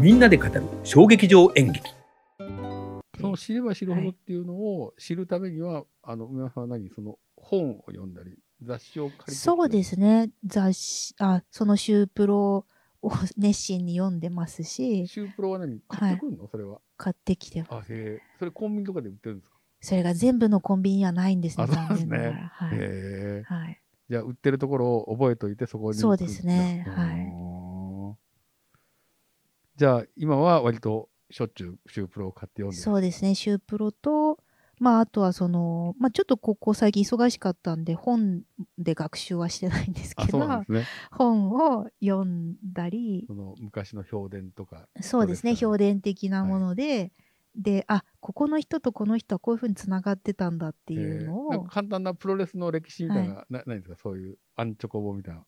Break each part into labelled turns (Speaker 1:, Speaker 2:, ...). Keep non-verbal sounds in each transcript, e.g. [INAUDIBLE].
Speaker 1: みんなで語る衝撃場演劇
Speaker 2: その知れば知るほどっていうのを知るためには、あの、皆さんは何その本を読んだり、雑誌を借りて。
Speaker 3: そうですすね雑誌あそのシュープロを熱心に読んでますし
Speaker 2: シュープロは何買ってくるの、それは。
Speaker 3: 買ってきてます
Speaker 2: あ、へえ。それコンビニとかで売ってるんですか
Speaker 3: それが全部のコンビニにはないんですね
Speaker 2: あそうなん
Speaker 3: 残
Speaker 2: です
Speaker 3: 念
Speaker 2: ね
Speaker 3: ながら、はい
Speaker 2: へえ。
Speaker 3: はい、
Speaker 2: じゃあ、売ってるところを覚えといて、そこに
Speaker 3: そ
Speaker 2: 行
Speaker 3: う
Speaker 2: くんだ。
Speaker 3: ですねはい
Speaker 2: い。じゃあ、今は割としょっちゅうシュープロを買って読んでる
Speaker 3: そうですねシュープロとまああとはその、まあ、ちょっとここ最近忙しかったんで本で学習はしてないんです
Speaker 2: あ、
Speaker 3: け
Speaker 2: そ
Speaker 3: ど
Speaker 2: うなんですね。
Speaker 3: 本を読んだり
Speaker 2: その昔の評伝とか。
Speaker 3: そうです
Speaker 2: そうで
Speaker 3: ね
Speaker 2: すか
Speaker 3: 評伝的なもので、であここの人とこの人はこういうふうにつながってたんだってい
Speaker 2: え
Speaker 3: う
Speaker 2: ー
Speaker 3: のを、
Speaker 2: なんか簡単なプロレスの歴史みたいな、なないんですかそういうアンチョコボみたいな。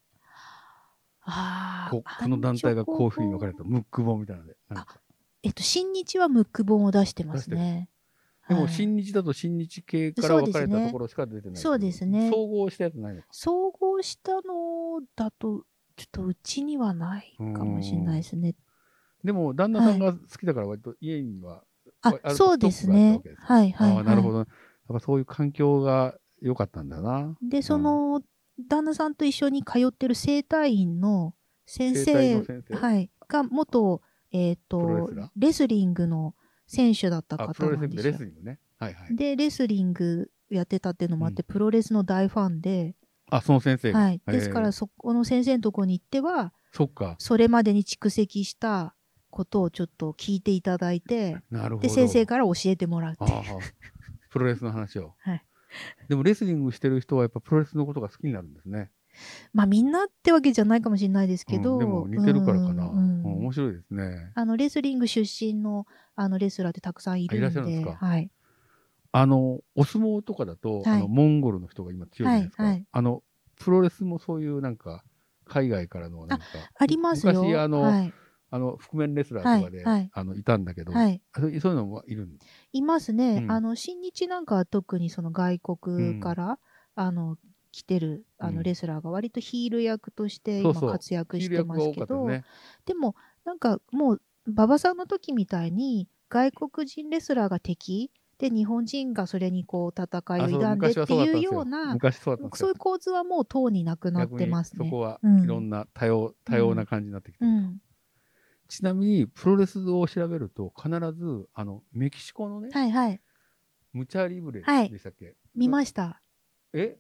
Speaker 3: あー
Speaker 2: ここの団体がこういうふうに分かれ
Speaker 3: あ
Speaker 2: た
Speaker 3: の
Speaker 2: ムック本みたいなので。なんか
Speaker 3: えっと新日はムック本を出してますね
Speaker 2: でも
Speaker 3: はい
Speaker 2: 新日だと新日系から
Speaker 3: そう
Speaker 2: 分
Speaker 3: ですね
Speaker 2: かれたところしか出てない。
Speaker 3: そうですね
Speaker 2: 総合したやつないのか。
Speaker 3: 総合したのだとちょっとうちにはないかもしれないですね
Speaker 2: でも旦那さんが好きだから割と家には。
Speaker 3: あ
Speaker 2: ある
Speaker 3: そうですね
Speaker 2: ストックが
Speaker 3: はいはい、
Speaker 2: あ
Speaker 3: は
Speaker 2: あ
Speaker 3: い、
Speaker 2: なるほど。やっぱそういう環境が良かったんだな。
Speaker 3: でその、旦那さんと一緒に通ってる整体院の先
Speaker 2: 生体
Speaker 3: 生
Speaker 2: の先生。
Speaker 3: はい、が元、えー、
Speaker 2: プロ
Speaker 3: と
Speaker 2: レスラー
Speaker 3: レスリングの選手だった
Speaker 2: あ
Speaker 3: 方
Speaker 2: プロレス
Speaker 3: な
Speaker 2: リ
Speaker 3: ん
Speaker 2: ン
Speaker 3: で
Speaker 2: グ
Speaker 3: す
Speaker 2: レ
Speaker 3: よ
Speaker 2: ス。リングね。はいはい。
Speaker 3: でレスリングやってたっていうのもあって、
Speaker 2: う
Speaker 3: プロレスの大ファンで、
Speaker 2: あその先生が。
Speaker 3: はい、ですか
Speaker 2: え
Speaker 3: ら
Speaker 2: ー
Speaker 3: そこの先生のとこに行っては
Speaker 2: そっか。
Speaker 3: それまでに蓄積したことをちょっと聞いていただいて
Speaker 2: なるほど。
Speaker 3: で先生から教えてもらうって
Speaker 2: あ
Speaker 3: いう
Speaker 2: あプロレスの話を。
Speaker 3: はい
Speaker 2: でもレスリングしてる人はやっぱプロレスのことが好きになるんですね。
Speaker 3: まあみんなってわけじゃないかもしれないですけど、
Speaker 2: うんでも似てるからかな。
Speaker 3: う
Speaker 2: うん
Speaker 3: ん
Speaker 2: 面白いですね。
Speaker 3: あのレスリング出身のあのレスラーってたくさんいるんで
Speaker 2: あいらっしゃるんですか
Speaker 3: はい、
Speaker 2: あのお相撲とかだと、あ
Speaker 3: はい
Speaker 2: のモンゴルの人が今強いじゃないですか。
Speaker 3: はいはい
Speaker 2: あのプロレスもそういうなんか海外からのなんか
Speaker 3: ありますよ
Speaker 2: 昔あの、
Speaker 3: はい
Speaker 2: あの覆面レスラーとかで、
Speaker 3: はいはい
Speaker 2: あのいたんだけど、
Speaker 3: はい、
Speaker 2: あそうそういうのもいるんです。
Speaker 3: いますね、
Speaker 2: うん
Speaker 3: あの新日なんかは特にその外国から、あの来てるあ
Speaker 2: うん
Speaker 3: のレスラーが割とヒール役として
Speaker 2: そ
Speaker 3: 今
Speaker 2: うそう
Speaker 3: 活躍
Speaker 2: ヒ
Speaker 3: し
Speaker 2: ール
Speaker 3: て
Speaker 2: 役
Speaker 3: ま
Speaker 2: が
Speaker 3: す
Speaker 2: 多
Speaker 3: け
Speaker 2: かったで
Speaker 3: ど、
Speaker 2: すね。
Speaker 3: でもなんかもう馬場さんの時みたいに外国人レスラーが敵で日本人がそれにこう戦いを
Speaker 2: あそう
Speaker 3: 挑んで
Speaker 2: 昔
Speaker 3: っ
Speaker 2: は
Speaker 3: て
Speaker 2: そうだった
Speaker 3: い
Speaker 2: ん
Speaker 3: う
Speaker 2: です
Speaker 3: よ
Speaker 2: よ
Speaker 3: うな
Speaker 2: 昔そうだったんです
Speaker 3: そう
Speaker 2: よ
Speaker 3: いう構図はもうとうになくなってます
Speaker 2: 逆に
Speaker 3: ね
Speaker 2: そ。こは
Speaker 3: うん
Speaker 2: いろんな多様,、多様な感じになってきて
Speaker 3: う
Speaker 2: る、
Speaker 3: ん、
Speaker 2: ちなみにプロレスを調べると必ずあのメキシコのね、
Speaker 3: はいはい
Speaker 2: ムチャリブレ
Speaker 3: はい
Speaker 2: でしたっけ、
Speaker 3: 見ました。
Speaker 2: え、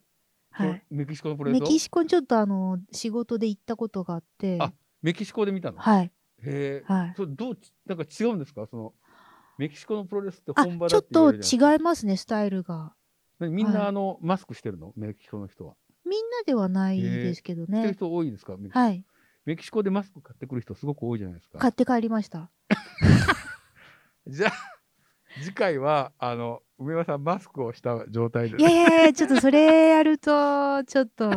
Speaker 3: はい、
Speaker 2: メキシコのプロレ
Speaker 3: メ
Speaker 2: スをメ
Speaker 3: キ
Speaker 2: キ
Speaker 3: シコにちょっとあの仕事で行ったことがあって
Speaker 2: あシコで見たの、
Speaker 3: はい
Speaker 2: へえ、
Speaker 3: はい。
Speaker 2: それどうちなんか違うんですかそのメキシコのプロレスって
Speaker 3: あ
Speaker 2: 本場
Speaker 3: ちょ
Speaker 2: だ
Speaker 3: っ
Speaker 2: って言わ
Speaker 3: と
Speaker 2: れるじゃない
Speaker 3: 違いますねスタイルが
Speaker 2: ですかみん
Speaker 3: はい
Speaker 2: なあの、マスクしてるのメキシコの人は
Speaker 3: みんなではないですけど
Speaker 2: してる
Speaker 3: ね、
Speaker 2: 人多いですかメキ,、
Speaker 3: はい
Speaker 2: メキシコでマスク買ってくる人すごく多いじゃないですか
Speaker 3: 買って帰りました
Speaker 2: じゃあ [LAUGHS] 次回はあの梅山さんマスクをした状態で
Speaker 3: いやいやいやちょっとそれやるとちょっと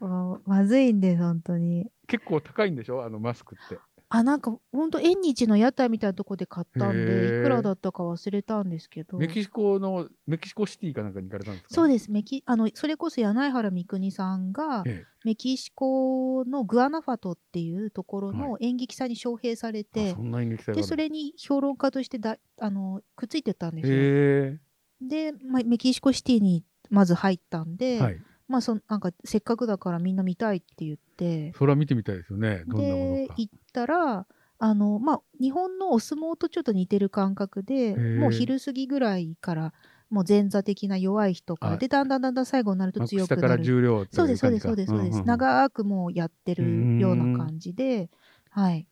Speaker 3: もうまずいんで本当に
Speaker 2: 結構高いんでしょあのマスクって
Speaker 3: あなんか本当縁日の屋台みたいなとこで買ったん
Speaker 2: へー
Speaker 3: でいくらだったか忘れたんですけど
Speaker 2: メキシコのメキシコシティかなんかに行かれたんですか
Speaker 3: そう
Speaker 2: で
Speaker 3: ですメキあのそれこそ柳原三國さんが
Speaker 2: ええ
Speaker 3: メキシコのグアナファトっていうところの演劇祭に招聘されて、
Speaker 2: そんな演劇祭があ
Speaker 3: で
Speaker 2: る
Speaker 3: それに評論家としてだあのくっついてたんですよ。
Speaker 2: へ
Speaker 3: で、まあ、メキシコシティにまず入ったん
Speaker 2: え
Speaker 3: で、
Speaker 2: はい
Speaker 3: まあ、そのなんかせっかくだからみんな見たいって言って
Speaker 2: それは見てみたいですよねどんなもの
Speaker 3: で
Speaker 2: か
Speaker 3: 行ったらあの、まあ、日本のお相撲とちょっと似てる感覚で
Speaker 2: ー
Speaker 3: もう昼過ぎぐらいからもう前座的な弱い人か
Speaker 2: あ
Speaker 3: らでだんだんだんだん最後になると
Speaker 2: まあ
Speaker 3: 強
Speaker 2: 下
Speaker 3: く
Speaker 2: か
Speaker 3: な
Speaker 2: ら
Speaker 3: る。
Speaker 2: 重量ってい
Speaker 3: そうですそう
Speaker 2: 感
Speaker 3: で
Speaker 2: じか
Speaker 3: すそうですそうです、
Speaker 2: んんん
Speaker 3: 長くもうやってるような感じではい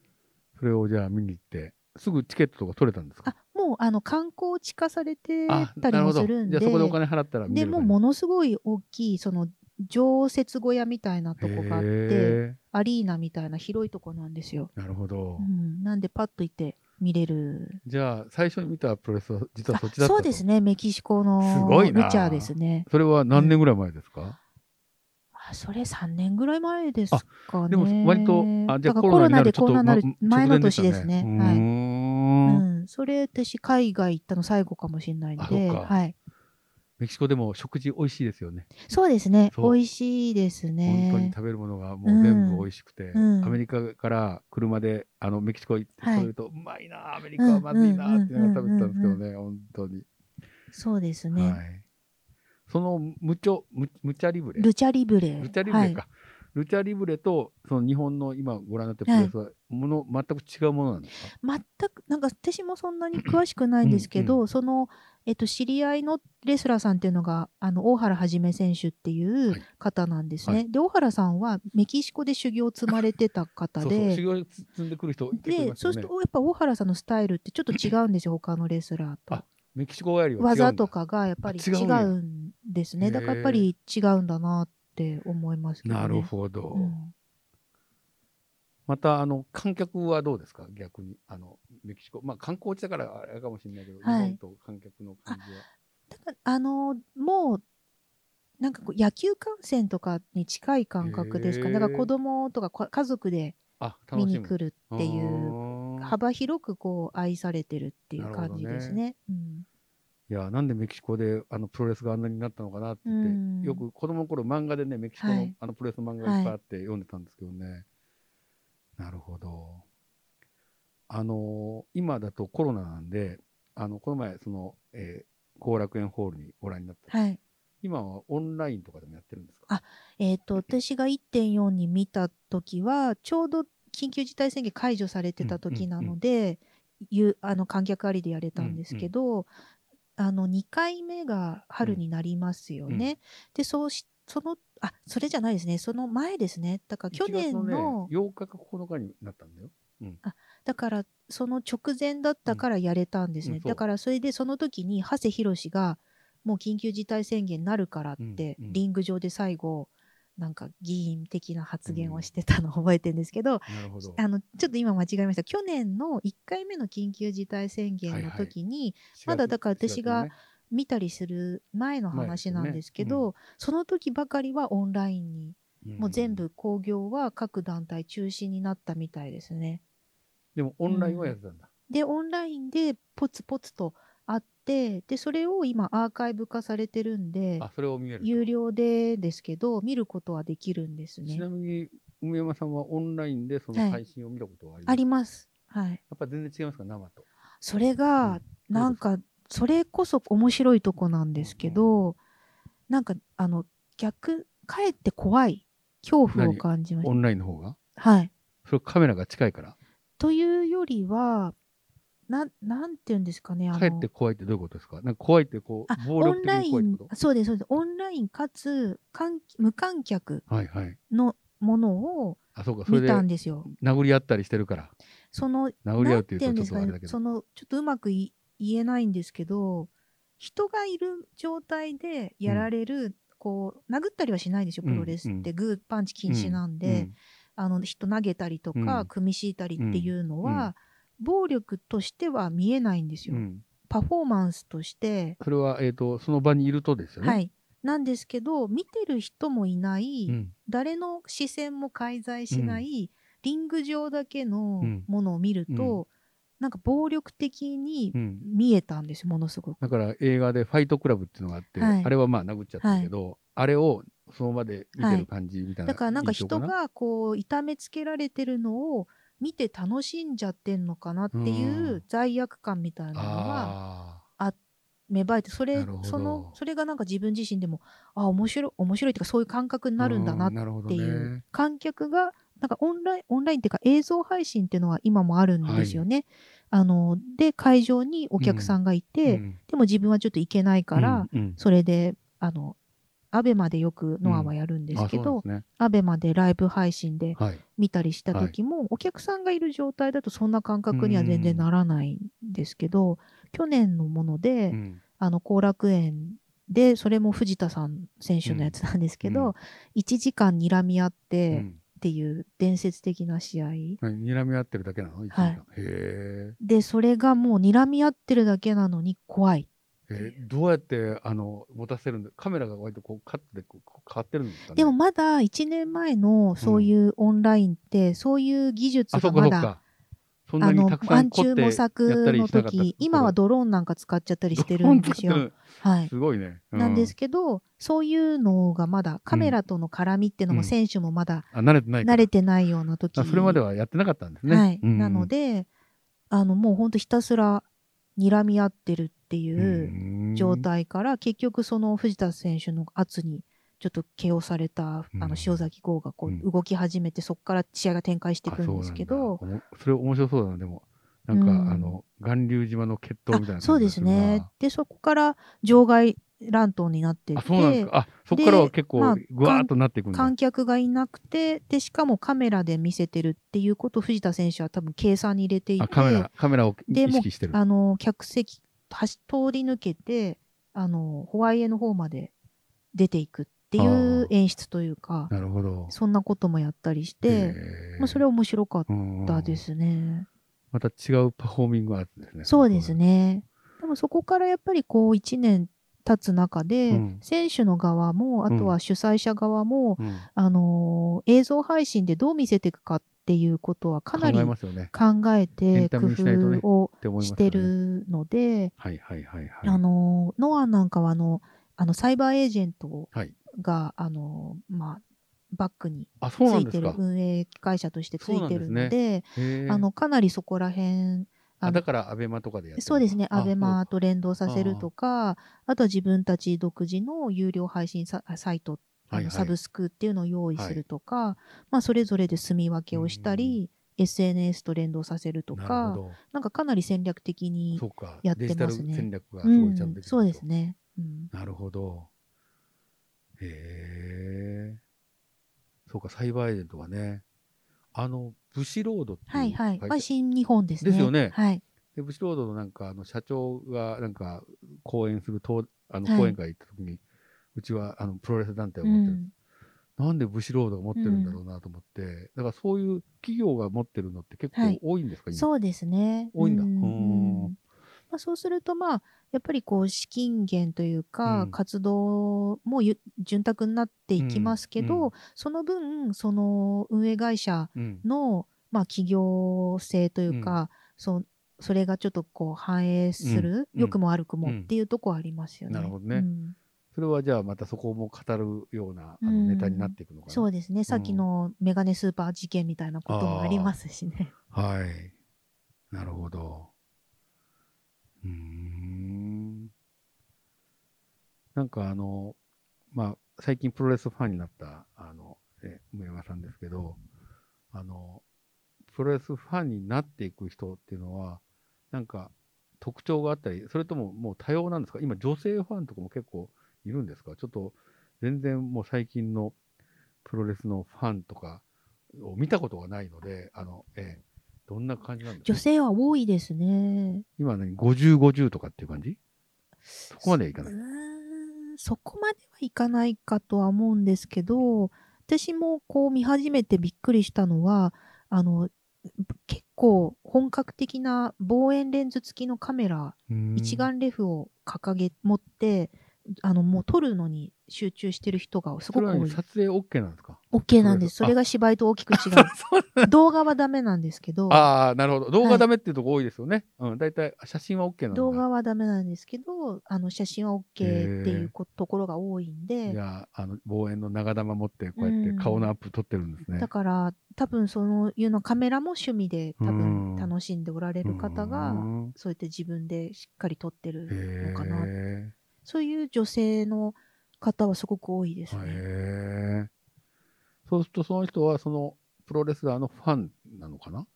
Speaker 2: それをじゃあ見に行ってすぐチケットとか取れたんですか
Speaker 3: あもうあの観光地化されて
Speaker 2: あ
Speaker 3: たりもするん
Speaker 2: じ
Speaker 3: で
Speaker 2: ゃあそこでお金払ったら見れ
Speaker 3: で
Speaker 2: る
Speaker 3: もう
Speaker 2: 感じ
Speaker 3: ものすごい大きいその常設小屋みたいなとこがあって
Speaker 2: へ
Speaker 3: アリーナみたいな広いとこなんですよ、
Speaker 2: えなるほど、
Speaker 3: うん、なんでパッと行って見れる
Speaker 2: じゃあ最初に見たプロレスは実はそっちだ
Speaker 3: あ
Speaker 2: った
Speaker 3: そ
Speaker 2: と
Speaker 3: うですねメキシコの
Speaker 2: すごいな
Speaker 3: ルチャーですね
Speaker 2: それは何年ぐらい前ですか、
Speaker 3: あそれ3年ぐらい前ですかね
Speaker 2: でも割とあじゃあ
Speaker 3: だから
Speaker 2: コ
Speaker 3: コ
Speaker 2: ロ
Speaker 3: ロ
Speaker 2: ナ
Speaker 3: ナ
Speaker 2: になる
Speaker 3: で
Speaker 2: ちょっ
Speaker 3: コロ
Speaker 2: と
Speaker 3: ナになる
Speaker 2: ま
Speaker 3: 前の年ですね
Speaker 2: 直前
Speaker 3: は
Speaker 2: でしたう
Speaker 3: い
Speaker 2: ーん
Speaker 3: うん、それ私海外行ったの最後かもしれないん
Speaker 2: あそ
Speaker 3: で、
Speaker 2: うか
Speaker 3: はい、
Speaker 2: メキシコでも食事美味しいですよね。
Speaker 3: そうですね。
Speaker 2: そう
Speaker 3: 美味しいです
Speaker 2: 本当に
Speaker 3: ね。
Speaker 2: 食べるものがもう全部美味しくて、
Speaker 3: うん
Speaker 2: アメリカから車であのメキシコ行って
Speaker 3: はい
Speaker 2: 食べると、うまいなあアメリカはまずいなあって言いながら食べてたんですけどね、本当に、
Speaker 3: そうですね。
Speaker 2: はい。そのムチョムムチャリブレ、
Speaker 3: ルチャリブレ。
Speaker 2: ルチャリブレか、
Speaker 3: は
Speaker 2: ルチャリブレとその日本の今ご覧になってるプロレスはもの、全く違うものなんですか。
Speaker 3: い。全く、なんか私もそんなに詳しくないんですけど、
Speaker 2: うん
Speaker 3: その、えっと、知り合いのレスラーさんっていうのが、あの、大原はじめ選手っていう
Speaker 2: はい
Speaker 3: 方なんですね。
Speaker 2: は
Speaker 3: で、大原さんはメキシコで修行を積まれてた方
Speaker 2: そう
Speaker 3: で、
Speaker 2: そう修行積んでくる人結構い
Speaker 3: で
Speaker 2: ま、す
Speaker 3: そう
Speaker 2: よ
Speaker 3: す
Speaker 2: ね
Speaker 3: る。と、やっぱ大原さんのスタイルってちょっと違うんですよ、他のレスラーと
Speaker 2: あ。メキシコ帰りは違うんだ
Speaker 3: 技と。かがやっぱり違
Speaker 2: あ違うんや
Speaker 3: うんです
Speaker 2: へ
Speaker 3: ね。
Speaker 2: ー
Speaker 3: だからやっぱり違うんだなって思いますけど、ね。
Speaker 2: なるほど。
Speaker 3: うん
Speaker 2: またあの観客はどうですか逆にあのメキシコまあ観光地だからあれかもしれないけど、
Speaker 3: はい
Speaker 2: 日本と観客の感じは
Speaker 3: ただあのもうなんかこう野球観戦とかに近い感覚ですか
Speaker 2: へ
Speaker 3: ね
Speaker 2: ー
Speaker 3: だから子供とかこ家族で
Speaker 2: あ楽
Speaker 3: 見
Speaker 2: しみ
Speaker 3: に来るっていう
Speaker 2: う
Speaker 3: 幅広くこう愛されてるっていう感じですね。うん
Speaker 2: いやなんでメキシコであのプロレスがあんなになったのかなって言って、
Speaker 3: うん
Speaker 2: よく子供の頃漫画でねメキシコの,、
Speaker 3: はい
Speaker 2: あのプロレスの漫画がいっぱいあって読んでたんですけどね、なるほどあのー今だとコロナなんであのこの前その後、えー後楽園ホールにご覧になった、
Speaker 3: はい
Speaker 2: 今はオンラインとかでもやってるんですか
Speaker 3: えっと私が1.4に見た時はちょうど緊急事態宣言解除されてた時なので、ゆあの観客ありでやれたんですけど、あの2回目が春になりますよね。
Speaker 2: うんう
Speaker 3: でそうしそのあそれじゃないですねその前ですねだから去年の
Speaker 2: 1月の、ね、8日か9日になったんだよ。
Speaker 3: だからその直前だったからやれたんですね、
Speaker 2: うんうんそう
Speaker 3: だからそれでその時に長谷博がもう緊急事態宣言になるからって、
Speaker 2: うんうん
Speaker 3: リング上で最後なんか議員的な発言をしてたのを覚えてるんですけ
Speaker 2: な
Speaker 3: ど、
Speaker 2: るほど。
Speaker 3: あのちょっと今間違えました去年の1回目の緊急事態宣言の時にまだだから私が見たりする前の話なんですけ
Speaker 2: 前
Speaker 3: ど、その時ばかりはオンラインに、もう
Speaker 2: 4
Speaker 3: 全。
Speaker 2: 月4月ねん
Speaker 3: 部興行は各団体中止になったみたいですね。
Speaker 2: でもオンラインはやってたんだ。
Speaker 3: でオンラインでポツポツとあってでそれを今アーカイブ化されてるんで
Speaker 2: あ、それを見える。
Speaker 3: 有料でですけど見ることはできるんです
Speaker 2: ちな
Speaker 3: ね。
Speaker 2: みに、梅山さんはオンラインでそ
Speaker 3: は
Speaker 2: の
Speaker 3: い
Speaker 2: 配信を見たことはありますか、
Speaker 3: あります。はい、
Speaker 2: やっぱ全然違いますか、生と。
Speaker 3: それがなんかそれこそ面白いとこなんですけどなんかあの逆かえって怖い恐怖を感じまし
Speaker 2: オンラインの方が
Speaker 3: た。はい、
Speaker 2: それカメラが近いから。
Speaker 3: というよりはななんて言うんですかねあ
Speaker 2: かえっ
Speaker 3: の
Speaker 2: て怖いってどういうことですかなんか怖いってこ
Speaker 3: あ
Speaker 2: う、暴
Speaker 3: オ
Speaker 2: 力
Speaker 3: ン
Speaker 2: 的
Speaker 3: ラ
Speaker 2: に
Speaker 3: イ
Speaker 2: 怖いってこ
Speaker 3: ンそうですそうですオンラインかつ観無観客
Speaker 2: とはいはい。
Speaker 3: のものを
Speaker 2: あ、そうか、それ
Speaker 3: 見
Speaker 2: で
Speaker 3: たんですよ。
Speaker 2: 殴り合ったりしてるから。
Speaker 3: そ
Speaker 2: 殴
Speaker 3: の
Speaker 2: り合
Speaker 3: な
Speaker 2: うんって
Speaker 3: て
Speaker 2: いう
Speaker 3: 言うん
Speaker 2: とち
Speaker 3: です
Speaker 2: ょっと
Speaker 3: か
Speaker 2: あれだ
Speaker 3: ね
Speaker 2: けど
Speaker 3: そ。のちょっとうまくい言えないんですけど人がいる状態でやられる、こう殴ったりはしないでしょプロレスって、グーパンチ禁止なんで、
Speaker 2: うん
Speaker 3: あの人投げたりとか、
Speaker 2: うん
Speaker 3: 組み敷いたりっていうの
Speaker 2: うんうん
Speaker 3: は、暴力としては見えないんです
Speaker 2: う
Speaker 3: よ、
Speaker 2: んうん
Speaker 3: パフォーマンスとして。
Speaker 2: それは、えっ、と、その場にいるとですよね。
Speaker 3: は。いなんですけど見てる人もいない、
Speaker 2: うん。
Speaker 3: 誰の視線も介在しない、リング上だけの
Speaker 2: うん
Speaker 3: ものを見ると、
Speaker 2: う
Speaker 3: なんか暴力的に
Speaker 2: うん。
Speaker 3: 見えたんですよものすごく。
Speaker 2: だから映画で「ファイトクラブ」っていうのがあって、
Speaker 3: はい
Speaker 2: あれはまあ殴っちゃったけど、あれをその場で見てる感じみたいな、
Speaker 3: だからなんか
Speaker 2: 印象
Speaker 3: 人がこう痛めつけられてるのを見て楽しんじゃってんのかなっていううん罪悪感みたいなのが
Speaker 2: あ
Speaker 3: 芽生えてそれ
Speaker 2: なるほど
Speaker 3: そのそれがなんか自分自身でもあ面白い面白いっていうかそういう感覚になるんだな
Speaker 2: っ
Speaker 3: っていう観客がなんかオンラインオンラインっていうか映像配信っていうのは今もあるんですよね。あので会場にお客さんがいて、でも自分はちょっと行けないから、それであのアベマでよくノアはやるんですけど、
Speaker 2: ね
Speaker 3: アベマでライブ配信で
Speaker 2: はい、
Speaker 3: 見たりした時も、お客さんがいる状態だとそんな感覚には全然ならないんですけど、去年のもので、
Speaker 2: うん
Speaker 3: あの後楽園でそれも藤田さん選手のやつなんですけど、
Speaker 2: うんうん
Speaker 3: 1時間睨み合っ
Speaker 2: う
Speaker 3: て
Speaker 2: ん
Speaker 3: っていう伝説的な試合、
Speaker 2: はい睨み合ってるだけなの、一時間へ
Speaker 3: でそれがもう睨み合ってるだけなのに怖い
Speaker 2: ーえーどうやってあの持たせるんだカメラが割とこうカットでこうこう変わってるんですかね
Speaker 3: でもまだ1年前のそういうオンラインって、そういう技術
Speaker 2: あそ
Speaker 3: が
Speaker 2: うかそ
Speaker 3: ま
Speaker 2: う
Speaker 3: だ
Speaker 2: かそん
Speaker 3: あ
Speaker 2: なに
Speaker 3: の
Speaker 2: たく、さ
Speaker 3: 暗
Speaker 2: ん凝
Speaker 3: 中
Speaker 2: ってや
Speaker 3: 模
Speaker 2: った [LAUGHS]
Speaker 3: 索
Speaker 2: り
Speaker 3: の
Speaker 2: しなかった
Speaker 3: 時、今はドローンなんか使っちゃったりしてるんです
Speaker 2: [LAUGHS] ドロー
Speaker 3: よ。
Speaker 2: ン
Speaker 3: は
Speaker 2: 使ってる
Speaker 3: い。
Speaker 2: すごいね。う
Speaker 3: なんですけど、そういうのがまだ、カメラとの絡みっていう
Speaker 2: う
Speaker 3: のも
Speaker 2: ん
Speaker 3: 選手もまだ
Speaker 2: あ慣れてないから
Speaker 3: 慣れてないような時
Speaker 2: あそれまではやってなかったんですね。
Speaker 3: はい。
Speaker 2: うん
Speaker 3: なの、で、あの、もうほんとひたすら睨み合ってるっていう状態から、結局その藤田選手の圧にちょっと KO された、
Speaker 2: うん
Speaker 3: あの塩崎剛がこ
Speaker 2: う
Speaker 3: うん動き始めて、そこから試合が展開してい
Speaker 2: あ
Speaker 3: くんですけど
Speaker 2: そ、うなんだおもそれ面白そうだな、でも。なんか、
Speaker 3: うん
Speaker 2: あの、巌流島の決闘みたいな感じがるな。
Speaker 3: あそうですね。で、そこから場外乱闘になって
Speaker 2: あ、
Speaker 3: っ
Speaker 2: そうなんです
Speaker 3: て、
Speaker 2: か。あ、そこからは
Speaker 3: で
Speaker 2: 結構、
Speaker 3: まあ
Speaker 2: ぐわーっとなっていくんだ。
Speaker 3: 観客がいなくて、で、しかもカメラで見せてるっていうことを藤田選手は多分計算に入れていて、
Speaker 2: あ、カメラ、カメラを意
Speaker 3: でも
Speaker 2: 識してる。
Speaker 3: あの客席走通り抜けてあのホワイエの方まで出ていくってい
Speaker 2: あー
Speaker 3: う演出というか
Speaker 2: なるほど。
Speaker 3: そんなこともやったりして、まあ、それ
Speaker 2: は、
Speaker 3: 面白かっ
Speaker 2: うん
Speaker 3: たですね。
Speaker 2: また違うパフォーミングアートですね。
Speaker 3: そうです。ね。でもそこからやっぱりこう1年経つ中で、
Speaker 2: うん
Speaker 3: 選手の側もあとは主催者側も、
Speaker 2: うん、
Speaker 3: あの映像配信でどう見せていくかっていうことはかなり
Speaker 2: 考えますよね。
Speaker 3: 考え
Speaker 2: エン
Speaker 3: て工
Speaker 2: タメにしないとね
Speaker 3: 夫を
Speaker 2: って思います
Speaker 3: し
Speaker 2: よ
Speaker 3: て
Speaker 2: ね。
Speaker 3: るので、
Speaker 2: はいはいはいはい。
Speaker 3: あのノアなんかはあのあのサイバーエージェント
Speaker 2: はい
Speaker 3: が、あのまあ、バックに
Speaker 2: あ、そ
Speaker 3: つ
Speaker 2: うなん
Speaker 3: い
Speaker 2: で
Speaker 3: て
Speaker 2: す
Speaker 3: る
Speaker 2: か。
Speaker 3: 運営会社としてついてるので
Speaker 2: へー
Speaker 3: あのかなりそこら辺
Speaker 2: あ
Speaker 3: あの
Speaker 2: だから、アベマとかでやってるのか
Speaker 3: そうですね、アベマ
Speaker 2: あ
Speaker 3: と連動させるとか、あとは自分たち独自の有料配信ササイト、あの
Speaker 2: はいはい
Speaker 3: サブスクっていうのを用意するとか、まあ、それぞれで住み分けをしたり、SNS と連動させる
Speaker 2: そ
Speaker 3: と
Speaker 2: うなるほ
Speaker 3: か、
Speaker 2: ど
Speaker 3: なんかかなり戦略的に
Speaker 2: そ、うか
Speaker 3: やっ
Speaker 2: デ
Speaker 3: てますね
Speaker 2: ジタル戦略が
Speaker 3: う
Speaker 2: すごいちゃんと
Speaker 3: ん
Speaker 2: できてると
Speaker 3: そうですね。うん
Speaker 2: なるほど。へえ。そうか、サイバーエージェントはね。あの、ブシロードっていう
Speaker 3: はいはい。
Speaker 2: 会社
Speaker 3: まあ、新日本ですね。
Speaker 2: ですよね
Speaker 3: はい。
Speaker 2: でブシロードのなんか、あの社長がなんか、講演すると、あの
Speaker 3: はい
Speaker 2: 講演会行った時に、うちはあのプロレス団体を
Speaker 3: う
Speaker 2: 持ってる、
Speaker 3: ん。
Speaker 2: なんでブシロードが持ってるんだろうなと思って、だからそういう企業が持ってるのって結
Speaker 3: は
Speaker 2: 構
Speaker 3: い
Speaker 2: 多いんですか、今。
Speaker 3: そうですね。
Speaker 2: 多いんだ
Speaker 3: う
Speaker 2: うーん
Speaker 3: うんまあ、そうすると、まあ、やっぱりこう、資金源というか、
Speaker 2: うん
Speaker 3: 活動もゆ潤沢になっていきますけど、
Speaker 2: うんうん
Speaker 3: その分、その運営会社
Speaker 2: うん。
Speaker 3: の、まあ、企業性というか、そうそれがちょっとこう反映する、
Speaker 2: うん
Speaker 3: 良くも悪く
Speaker 2: う
Speaker 3: も
Speaker 2: ん
Speaker 3: っていうとこはありますよね。
Speaker 2: なるほどね
Speaker 3: うん
Speaker 2: それはじゃあまたそこも語るようなあの
Speaker 3: うん
Speaker 2: ネタになっていくのかな。
Speaker 3: そうですね、さっきのメガネスーパー事件みたいなこともありますしね。
Speaker 2: はい。なるほど。うーん。なんかあの、まあ、最近プロレスファンになった、あの、え、梅山さんですけど、あの、プロレスファンになっていく人っていうのは、なんか特徴があったり、それとももう多様なんですか今女性ファンとかも結構いるんですかちょっと全然もう最近のプロレスのファンとかを見たことがないので、あの、ええどんな感じなんです
Speaker 3: 女
Speaker 2: か
Speaker 3: 性は多いですね。
Speaker 2: 今何 ?50、50とかっていう感じそこまではいか
Speaker 3: う
Speaker 2: ない。
Speaker 3: ーんそこまではいかないかとは思うんですけど、私もこう見始めてびっくりしたのは、あの、結構本格的な望遠レンズ付きのカメラ、一眼レフを掲げ、持って、あの、もう撮るのに集中してる人がす
Speaker 2: そ
Speaker 3: ご
Speaker 2: れ
Speaker 3: く
Speaker 2: は
Speaker 3: 多
Speaker 2: ね
Speaker 3: い。
Speaker 2: 撮影 OK なんですか
Speaker 3: OK なんです。
Speaker 2: そ
Speaker 3: そ
Speaker 2: れ
Speaker 3: れが芝居と大き
Speaker 2: [LAUGHS]
Speaker 3: く違う。動画はダメなんですけど、
Speaker 2: ああ、なるほど。動
Speaker 3: は
Speaker 2: 画
Speaker 3: い
Speaker 2: ダメっていうとこ多いですよね。うん、大体写真は OK なんだ。
Speaker 3: 動画はダメなんですけど、あの、写真は OK っていうここところが多いんで、
Speaker 2: いや、あの、望遠の長玉持って、こうやっ
Speaker 3: うん
Speaker 2: て顔のアップ撮ってるんですね。
Speaker 3: だから多分そのいうのカメラも趣味で多
Speaker 2: うん
Speaker 3: 分楽しんでおられる方
Speaker 2: う
Speaker 3: が
Speaker 2: ん
Speaker 3: そうやって自分でしっかり撮って
Speaker 2: へ
Speaker 3: るのかな
Speaker 2: え。
Speaker 3: そういう女性の方はすごく多いですね。
Speaker 2: へえ。そうすると、その人は、その、プロレスラーのファンなのかな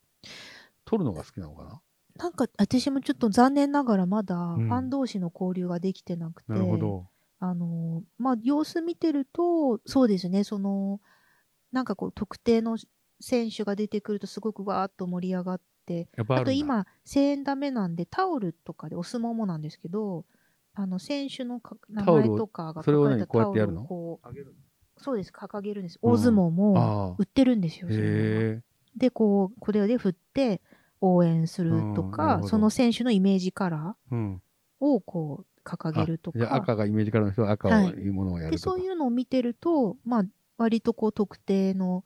Speaker 2: 撮るのが好きなのかな
Speaker 3: なんか私もちょっと残念ながらまだフ
Speaker 2: ん
Speaker 3: ァン同士の交流ができてなくて、
Speaker 2: なるほど。
Speaker 3: あのまあ様子見てるとそうですねそのなんかこう特定の選手が出てくるとすごくわーっと盛り上がって
Speaker 2: やっぱある
Speaker 3: あ
Speaker 2: んだ
Speaker 3: と、今、1000円ダメなんで、タオルとかで、お相撲もなんですけど、あの、選手のか名
Speaker 2: タオル
Speaker 3: 前
Speaker 2: を
Speaker 3: とかが
Speaker 2: それ
Speaker 3: 書
Speaker 2: を
Speaker 3: かれ
Speaker 2: 何
Speaker 3: た
Speaker 2: こうや
Speaker 3: タ
Speaker 2: っ
Speaker 3: オ
Speaker 2: てやる
Speaker 3: ル
Speaker 2: の
Speaker 3: をこう、そうです、掲げるんです。
Speaker 2: うん
Speaker 3: 大相撲も
Speaker 2: ああ。
Speaker 3: 売ってるんですよ。そういうのが
Speaker 2: へえ。
Speaker 3: で、こう、これで振って応援すると
Speaker 2: うんなる
Speaker 3: か
Speaker 2: ほ、ど
Speaker 3: その選手のイメージカラ
Speaker 2: うん。
Speaker 3: ーをこう、掲げると
Speaker 2: あじゃあ
Speaker 3: か。
Speaker 2: 赤がイメージからの人は赤を、
Speaker 3: はい
Speaker 2: い、うものをや
Speaker 3: で、
Speaker 2: るとか。
Speaker 3: そういうのを見てると、まあ、割とこう、特定の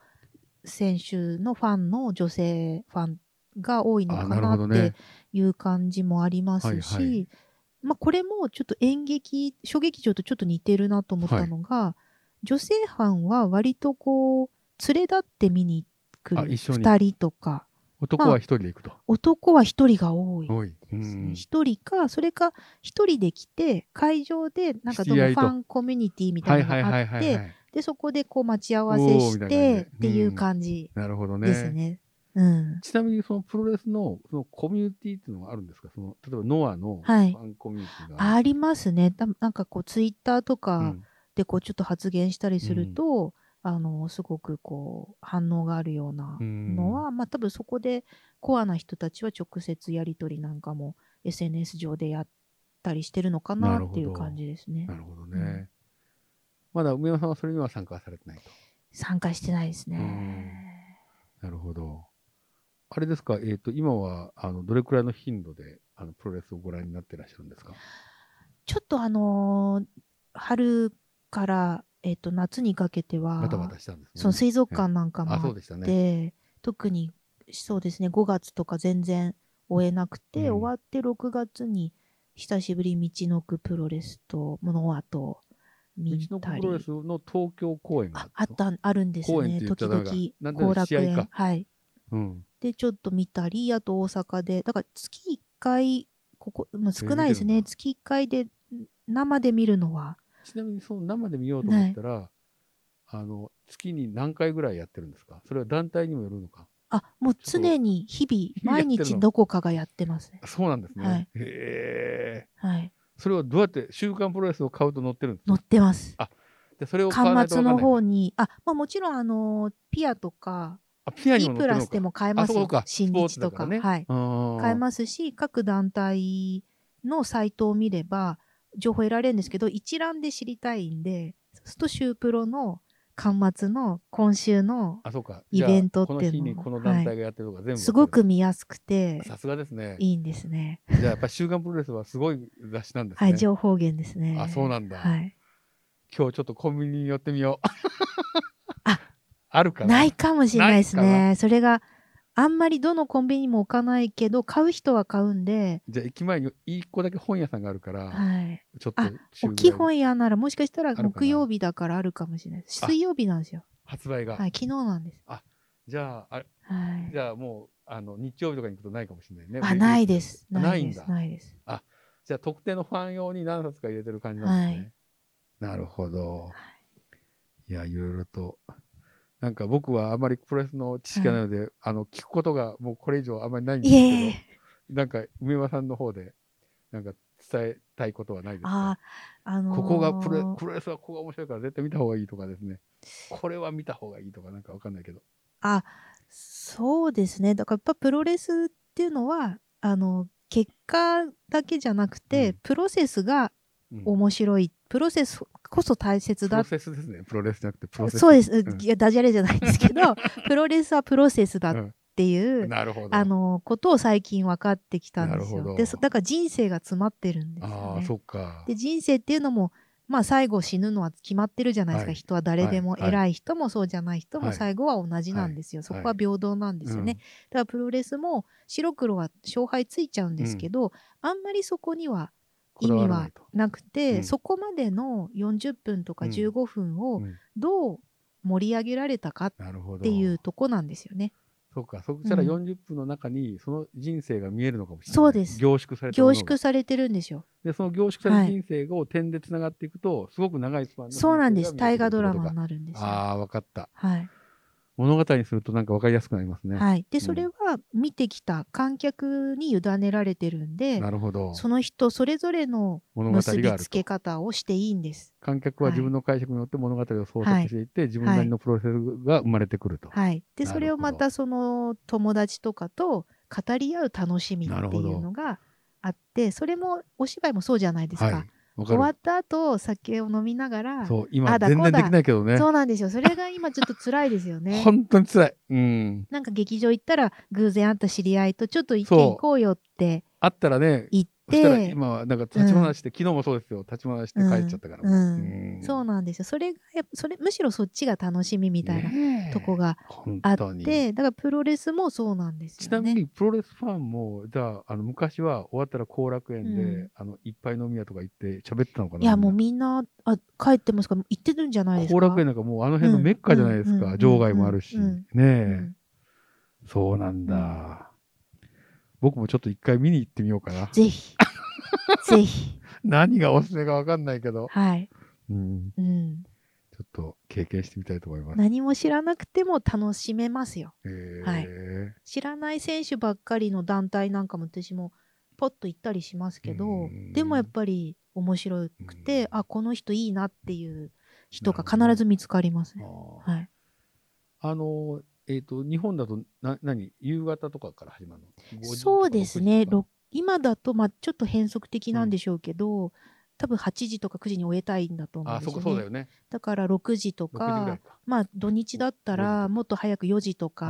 Speaker 3: 選手のファンの女性ファンが多いのか
Speaker 2: あなる
Speaker 3: な
Speaker 2: ほど
Speaker 3: っ
Speaker 2: ね
Speaker 3: ていう感じもありますし、
Speaker 2: はいはい
Speaker 3: まあ、これもちょっと演劇小劇場とちょっと似てるなと思ったのが、女性班は割とこう連れ立って見に来
Speaker 2: あ
Speaker 3: る
Speaker 2: 一緒に
Speaker 3: 2人とか
Speaker 2: 男
Speaker 3: ま
Speaker 2: は
Speaker 3: あ
Speaker 2: 一人で行くと。
Speaker 3: 男は1人が多い。
Speaker 2: 多い。う
Speaker 3: ですね
Speaker 2: ん。
Speaker 3: 一人か、それか一人で来て、会場でなんかど
Speaker 2: 知
Speaker 3: う
Speaker 2: り合
Speaker 3: も
Speaker 2: い
Speaker 3: フ
Speaker 2: と
Speaker 3: ァンコミュニティみた
Speaker 2: はいい
Speaker 3: な
Speaker 2: はい
Speaker 3: のが
Speaker 2: はい
Speaker 3: あっ
Speaker 2: はいは
Speaker 3: て、
Speaker 2: い。
Speaker 3: で、そこでこう待ち合わ
Speaker 2: お
Speaker 3: せ
Speaker 2: ーみた
Speaker 3: し
Speaker 2: いな感じで
Speaker 3: てっていう感じ
Speaker 2: なるほどね。
Speaker 3: ですね。うん。
Speaker 2: ちなみにそのプロレスのそのコミュニティっていうのはあるんですかその例えばノアのフ
Speaker 3: はい
Speaker 2: ァンコミュニティが
Speaker 3: ありますね。たなんかこう、ツイッターと
Speaker 2: う
Speaker 3: か
Speaker 2: ん
Speaker 3: でこう、ちょっと発言したりすると、あの、すごくこう、反応があるような
Speaker 2: うん
Speaker 3: のは、まあ多分そこでコアな人たちは直接やりとりなんかも SNS 上でやったりしてるのか
Speaker 2: な
Speaker 3: なってい
Speaker 2: るほ
Speaker 3: う
Speaker 2: ど
Speaker 3: 感じですね
Speaker 2: な。るほど
Speaker 3: う
Speaker 2: ね
Speaker 3: ん。
Speaker 2: まだ梅山さんはそれには参加はされてないと。
Speaker 3: 参加してないですね。
Speaker 2: なるほど。あれですか、えっ、と、今は、あの、どれくらいの頻度で、あの、プロレスをご覧になってらっしゃるんですか
Speaker 3: ちょっとあのー春から、えっと夏にかけては、
Speaker 2: バタバタしたんですね。
Speaker 3: その水族館なんかもあ
Speaker 2: あ、そ
Speaker 3: っ
Speaker 2: うでした
Speaker 3: て、
Speaker 2: ね。
Speaker 3: 特にそうですね5月とか全然終えなくて、
Speaker 2: うん
Speaker 3: 終わって6月に久しぶりに道のくプロレスとモノアと
Speaker 2: 道
Speaker 3: 見
Speaker 2: の
Speaker 3: た
Speaker 2: プ
Speaker 3: り
Speaker 2: ロレスの東京公演が
Speaker 3: ああったあるんです
Speaker 2: 公園っ
Speaker 3: ね
Speaker 2: て言っ
Speaker 3: 時
Speaker 2: たらなん
Speaker 3: 々
Speaker 2: かなんだろう
Speaker 3: 後楽
Speaker 2: 試合
Speaker 3: 園
Speaker 2: か
Speaker 3: はい
Speaker 2: うん。
Speaker 3: でちょっと見たりあと大阪でだから月1回ここ、まあ、少ないです
Speaker 2: えー見てるん
Speaker 3: ね
Speaker 2: だ
Speaker 3: 月1回でん生で見るのは
Speaker 2: ちなみに、その生で見ようと思ったら、あの、月に何回ぐらいやってるんですかそれは団体にもよるのか
Speaker 3: あもう常に日々毎
Speaker 2: やってる
Speaker 3: 日
Speaker 2: の
Speaker 3: どこかがやってますね
Speaker 2: あそうなんですね。
Speaker 3: はい
Speaker 2: へえ。
Speaker 3: はい
Speaker 2: それはどうやって、週刊プロレスを買うと載ってるんです
Speaker 3: 載ってます
Speaker 2: でそれを買わない
Speaker 3: 端
Speaker 2: と
Speaker 3: 末
Speaker 2: わかんない
Speaker 3: の方にあ、まあ、もちろんあのピアとか
Speaker 2: あ、ピアに
Speaker 3: E
Speaker 2: も載ってるの
Speaker 3: プ
Speaker 2: か
Speaker 3: ラスでも買え
Speaker 2: あ
Speaker 3: ます
Speaker 2: そう
Speaker 3: よ
Speaker 2: か
Speaker 3: 新日とかはい、
Speaker 2: 買
Speaker 3: 買えますし各団体のサイトを見れば情報得られるんですけど一覧で知りたいんでそうすると週プロの端末の今週の
Speaker 2: あ、そうか。
Speaker 3: イベント
Speaker 2: じゃあ
Speaker 3: っていうの
Speaker 2: この日にこの団体がやってるとか全部、
Speaker 3: すごく。見やすくて
Speaker 2: さすがですね。
Speaker 3: いいんですね。
Speaker 2: じゃあやっぱり週刊プロレスはすごい雑誌なんですね。
Speaker 3: はい、情報源ですね。
Speaker 2: あそうなんだ
Speaker 3: はい。
Speaker 2: 今日ちょっとコンビニに寄ってみよう。
Speaker 3: あ、
Speaker 2: あるかな
Speaker 3: ないかもしれないです
Speaker 2: ない
Speaker 3: ね。それがあんまりどのコンビニも置かないけど、買う人は買うんで、
Speaker 2: じゃあ駅前に一個だけ本屋さんがあるから、
Speaker 3: はい。
Speaker 2: ちょっと
Speaker 3: あ
Speaker 2: 週ぐら
Speaker 3: 大
Speaker 2: い
Speaker 3: きい本屋ならもしかしたら
Speaker 2: かな
Speaker 3: 木曜日だからあるかもしれないです。
Speaker 2: あ
Speaker 3: 水曜日なんですよ。
Speaker 2: 発売が。
Speaker 3: はい、昨日なんです。
Speaker 2: じゃあ、あ
Speaker 3: はい
Speaker 2: じ。ゃあもう、あの、日曜日とかに行くとないかもしれないね。
Speaker 3: あ、ないです。
Speaker 2: あ
Speaker 3: ないで
Speaker 2: ない
Speaker 3: す。
Speaker 2: んだ。
Speaker 3: ないです。
Speaker 2: じゃあ特定のファン用に何冊か入れてる感じなんですね。なるほど。いや、いろいろと。なんか僕はあまりプロレスの知識がないので、あの、聞くことがもうこれ以上あまりないんです
Speaker 3: いえい
Speaker 2: けど
Speaker 3: え。、
Speaker 2: なんか梅山さんの方で、なんか伝えたいことはないですか
Speaker 3: あ、あのー
Speaker 2: ここがプロ、プロレスはここが面白いから絶対見た方がいいとかですね。これは見た方がいいとかなんかわかんないけど。
Speaker 3: あ、そうですね。だからやっぱプロレスっていうのは、あの、結果だけじゃなくて、
Speaker 2: うん
Speaker 3: プロセスが
Speaker 2: うん
Speaker 3: 面白い、プロセスこそ大切
Speaker 2: プ
Speaker 3: だ
Speaker 2: ロセスですね。プロレスじゃなくてプロセス。
Speaker 3: そうです、うんんいやダジャレじゃないんです
Speaker 2: [LAUGHS]
Speaker 3: けどプロレスはプロセスだっていう、
Speaker 2: なるほど。
Speaker 3: あのことを最近分かってきたんです
Speaker 2: なるほど
Speaker 3: よでそだから人生が詰まってるんです
Speaker 2: あ
Speaker 3: よ
Speaker 2: あ、
Speaker 3: ね
Speaker 2: そっか。
Speaker 3: で人生っていうのもまあ最後死ぬのは決まってるじゃないですか、
Speaker 2: はい
Speaker 3: 人は誰でも、
Speaker 2: はいはい
Speaker 3: 偉い人もそうじゃない人
Speaker 2: は
Speaker 3: も
Speaker 2: い
Speaker 3: 最後は同じなんですよ、そこは平等なんですよね、
Speaker 2: うん
Speaker 3: だからプロレスも白黒は勝敗ついちゃうんですけど、あんまりそこには意
Speaker 2: こだわ
Speaker 3: 味
Speaker 2: らな
Speaker 3: はい
Speaker 2: と
Speaker 3: なく
Speaker 2: う
Speaker 3: て、
Speaker 2: ん
Speaker 3: そこまでの40分とか
Speaker 2: うん
Speaker 3: 15分を
Speaker 2: うん
Speaker 3: どう盛り上げられたかっ
Speaker 2: なるほど。
Speaker 3: ていうとこなんですよね。
Speaker 2: そうか、そしたら
Speaker 3: う
Speaker 2: 40分の中にその人生が見えるのかもしれない。
Speaker 3: そうです
Speaker 2: 凝縮されたも
Speaker 3: 凝
Speaker 2: のが
Speaker 3: 縮されてるんですよ。
Speaker 2: で、その凝縮され
Speaker 3: は
Speaker 2: た
Speaker 3: い
Speaker 2: 人生を点でつながっていくと、すごく長いスパンの人生
Speaker 3: そうなんです。
Speaker 2: が見え
Speaker 3: 大
Speaker 2: てくる
Speaker 3: 河ドラ
Speaker 2: ってこと
Speaker 3: マ
Speaker 2: か
Speaker 3: になるんですよ。
Speaker 2: ああ、わかった。
Speaker 3: はい。
Speaker 2: 物語にするとなんかわかりやすくなりますね。
Speaker 3: はい。で、
Speaker 2: ん
Speaker 3: それは見てきた観客に委ねられてるんで、
Speaker 2: なるほど。
Speaker 3: その人それぞれの
Speaker 2: 物語
Speaker 3: 結
Speaker 2: があ
Speaker 3: び
Speaker 2: る
Speaker 3: つ
Speaker 2: と
Speaker 3: け。方をしていいんです。
Speaker 2: 観客は自分の解釈によって物語を創作していって、自分なりのプロセスが生まれてくると。
Speaker 3: はい。で、
Speaker 2: なるほど
Speaker 3: それをまたその友達とかと語り合う楽しみっていうのがあって、それもお芝居もそうじゃないですか。
Speaker 2: はいわ
Speaker 3: 終わ
Speaker 2: か
Speaker 3: った後、酒を飲みながら、
Speaker 2: る。そ
Speaker 3: そ
Speaker 2: う、今
Speaker 3: あだこ
Speaker 2: 全
Speaker 3: うだ
Speaker 2: 然できないけどね。
Speaker 3: うなんですよ。それが今ちょっと辛いですよ
Speaker 2: [LAUGHS]
Speaker 3: ね。
Speaker 2: 本当に辛い。うん。
Speaker 3: なんか劇場行ったら偶然会った知り合いとちょっと意見
Speaker 2: そう
Speaker 3: 行こうよって
Speaker 2: あったらね、
Speaker 3: 言っ
Speaker 2: そしたら
Speaker 3: で
Speaker 2: 今はなんか立ち話して、昨日もそうですよ立ち話して帰っちゃったから、
Speaker 3: うん
Speaker 2: ん
Speaker 3: そうなんですよそれがやっぱそれむしろそっちが楽しみみたいな
Speaker 2: ねえ
Speaker 3: とこが
Speaker 2: 本
Speaker 3: あっ
Speaker 2: 当に
Speaker 3: てだからプロレスもそうなんです
Speaker 2: ちな
Speaker 3: よ
Speaker 2: み
Speaker 3: ね。
Speaker 2: にプロレスファンもじゃああの昔は終わったら後楽園で、
Speaker 3: うん
Speaker 2: あのいっぱい飲み屋とか行って喋ってたのかない
Speaker 3: やもうみんなあ帰ってますから行ってるんじゃないですか。
Speaker 2: 後楽園なんかもうあの辺のメッカじゃないですか、
Speaker 3: うんうん
Speaker 2: 場外もあるし、
Speaker 3: うんうん
Speaker 2: ねえ、
Speaker 3: うん
Speaker 2: そうなんだ僕もちょっと一回見に行ってみようかな
Speaker 3: ぜひぜひ
Speaker 2: [LAUGHS] 何がおすすめかわかんないけど、
Speaker 3: はい、
Speaker 2: うん、
Speaker 3: うん、
Speaker 2: ちょっと経験してみたいと思います、
Speaker 3: 何も知らなくても楽しめますよ。
Speaker 2: えー
Speaker 3: はい知らない選手ばっかりの団体なんかも私もポッと行ったりしますけど
Speaker 2: うん
Speaker 3: でもやっぱり面白く
Speaker 2: うん
Speaker 3: てあこの人いいなっていう人が
Speaker 2: なるほど
Speaker 3: 必ず見つかりますね。
Speaker 2: あー
Speaker 3: はい、
Speaker 2: あのえっ、と日本だとな何夕方とかから始まるの5時とか
Speaker 3: そうです
Speaker 2: 6
Speaker 3: ね
Speaker 2: 時とか
Speaker 3: ろ今だとまあちょっと変則的なんでしょうけど、多分8時とか9時に終えたいんだと思うん
Speaker 2: あ
Speaker 3: で
Speaker 2: そこ
Speaker 3: すよ
Speaker 2: そうだ
Speaker 3: ね。
Speaker 2: よね
Speaker 3: だから6時と
Speaker 2: 6時ぐらい
Speaker 3: か
Speaker 2: か
Speaker 3: まあ土日だっ
Speaker 2: 4時
Speaker 3: た
Speaker 2: とから
Speaker 3: もっと早く4時とか、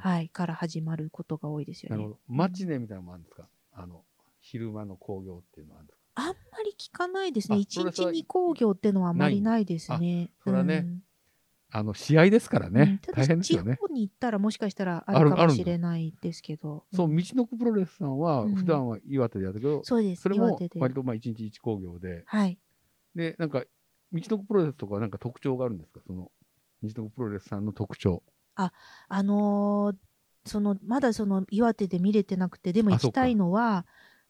Speaker 2: ああ
Speaker 3: はい、から始まることが多いですよ
Speaker 2: なる
Speaker 3: ね
Speaker 2: ほ。ど。マチネみたいなのもあるんですかあの、昼間の興行っていうのはあるんですか
Speaker 3: あんまり聞かないです
Speaker 2: あ
Speaker 3: ね。
Speaker 2: そ
Speaker 3: 1
Speaker 2: れ
Speaker 3: 日
Speaker 2: それ
Speaker 3: 2工業ってのはあまりないですね。
Speaker 2: あそれはね
Speaker 3: うん
Speaker 2: あの、試合ですから
Speaker 3: うん
Speaker 2: ね。
Speaker 3: ただ
Speaker 2: 大変です
Speaker 3: 地
Speaker 2: よね。
Speaker 3: 方に行ったらもしかしたら
Speaker 2: あ
Speaker 3: あ
Speaker 2: る
Speaker 3: る
Speaker 2: あ
Speaker 3: か
Speaker 2: る
Speaker 3: も
Speaker 2: んだ
Speaker 3: しれないですけど。
Speaker 2: そう、
Speaker 3: ん
Speaker 2: 道のくプロレスさんは、
Speaker 3: うん
Speaker 2: 普段は岩手でやったけど、
Speaker 3: そうです。
Speaker 2: それ
Speaker 3: 岩
Speaker 2: も
Speaker 3: 手で。
Speaker 2: 割とまあ1日1興行で、
Speaker 3: はい。
Speaker 2: で、なんか、道のくプロレスとかはなんか特徴があるんですかその、道のくプロレスさんの特徴。
Speaker 3: あのーそのまだその岩手で見れてなくてでも
Speaker 2: あ
Speaker 3: 行きたいのは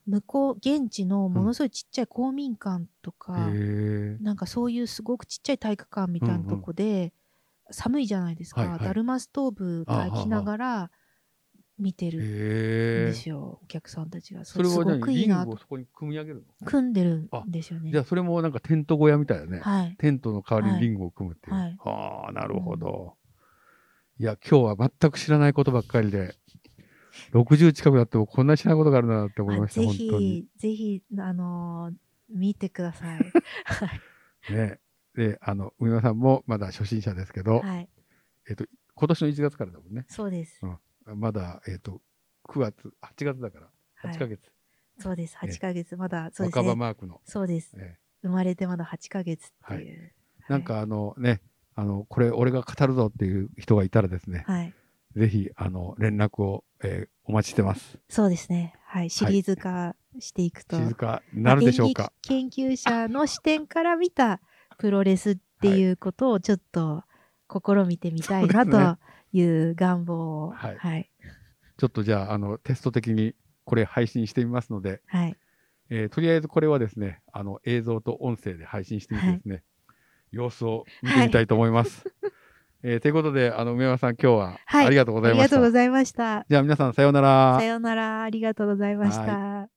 Speaker 3: 向こう現地のものすごいちっちゃい公民館と
Speaker 2: へ
Speaker 3: か、
Speaker 2: え。
Speaker 3: なんかそういうすごくちっちゃい体育館みたいなとこで、寒いじゃないですか、
Speaker 2: はいはい
Speaker 3: だるまストーブが焚きながら見てるん
Speaker 2: へ
Speaker 3: で
Speaker 2: え。
Speaker 3: すよ、お客さんたちが
Speaker 2: それ
Speaker 3: す
Speaker 2: は
Speaker 3: ご
Speaker 2: 何
Speaker 3: く
Speaker 2: リ
Speaker 3: いい
Speaker 2: ン
Speaker 3: な
Speaker 2: グを
Speaker 3: と
Speaker 2: そこに組み上げるの
Speaker 3: 組んでる
Speaker 2: あ
Speaker 3: んですよね
Speaker 2: じゃあ、それもなんかテント小屋みたいだね。
Speaker 3: はい
Speaker 2: テントの代わりにリングを組むっていう。
Speaker 3: はい
Speaker 2: はあ、なるほど。いや、今日は全く知らないことばっかりで、60近くなってもこんな知らないことがあるんだなって思い
Speaker 3: あ
Speaker 2: ました、
Speaker 3: ぜ
Speaker 2: 本当に。
Speaker 3: ひぜひあのー見てくださ
Speaker 2: [LAUGHS]
Speaker 3: い
Speaker 2: ね。で、あの、梅山さんもまだ初心者ですけど、
Speaker 3: はい
Speaker 2: 今年の1月からだもんね。
Speaker 3: そうです、
Speaker 2: まだ、えっ、と、9月、8月だから、
Speaker 3: はい
Speaker 2: 8ヶ月。
Speaker 3: そうです
Speaker 2: ええ
Speaker 3: 8ヶ月まだそうです
Speaker 2: 若葉
Speaker 3: ね
Speaker 2: マークの。
Speaker 3: そうです。
Speaker 2: え
Speaker 3: 生まれてまだ8ヶ月っていう。
Speaker 2: えなんかあのね、あの、これ俺が語るぞっていう人がいたらですね、
Speaker 3: はい。はい。
Speaker 2: ぜひ、あの、連絡を、えーお待ちしてます。
Speaker 3: そうですね。はい。シリーズ化していくと。
Speaker 2: 静かになるでしょうか。
Speaker 3: まあ演劇研究者の視点から見たプロレスっていうことをちょっと試みてみたい
Speaker 2: そうです
Speaker 3: なという願望を。
Speaker 2: はい
Speaker 3: はい。
Speaker 2: ちょっとじゃあ、あの、テスト的にこれ配信してみますので、
Speaker 3: はい。
Speaker 2: えーとりあえずこれはですね、あの、映像と音声で配信してみてですね、様子を見てみたいと思います。えーということで、あの、梅山さん、今日は
Speaker 3: はい
Speaker 2: ありがとうご
Speaker 3: あ
Speaker 2: ざい
Speaker 3: り
Speaker 2: ま
Speaker 3: が
Speaker 2: した。
Speaker 3: とうございました。
Speaker 2: じゃあ、皆さん、さようなら
Speaker 3: さ。ようなら。ありがとうございました。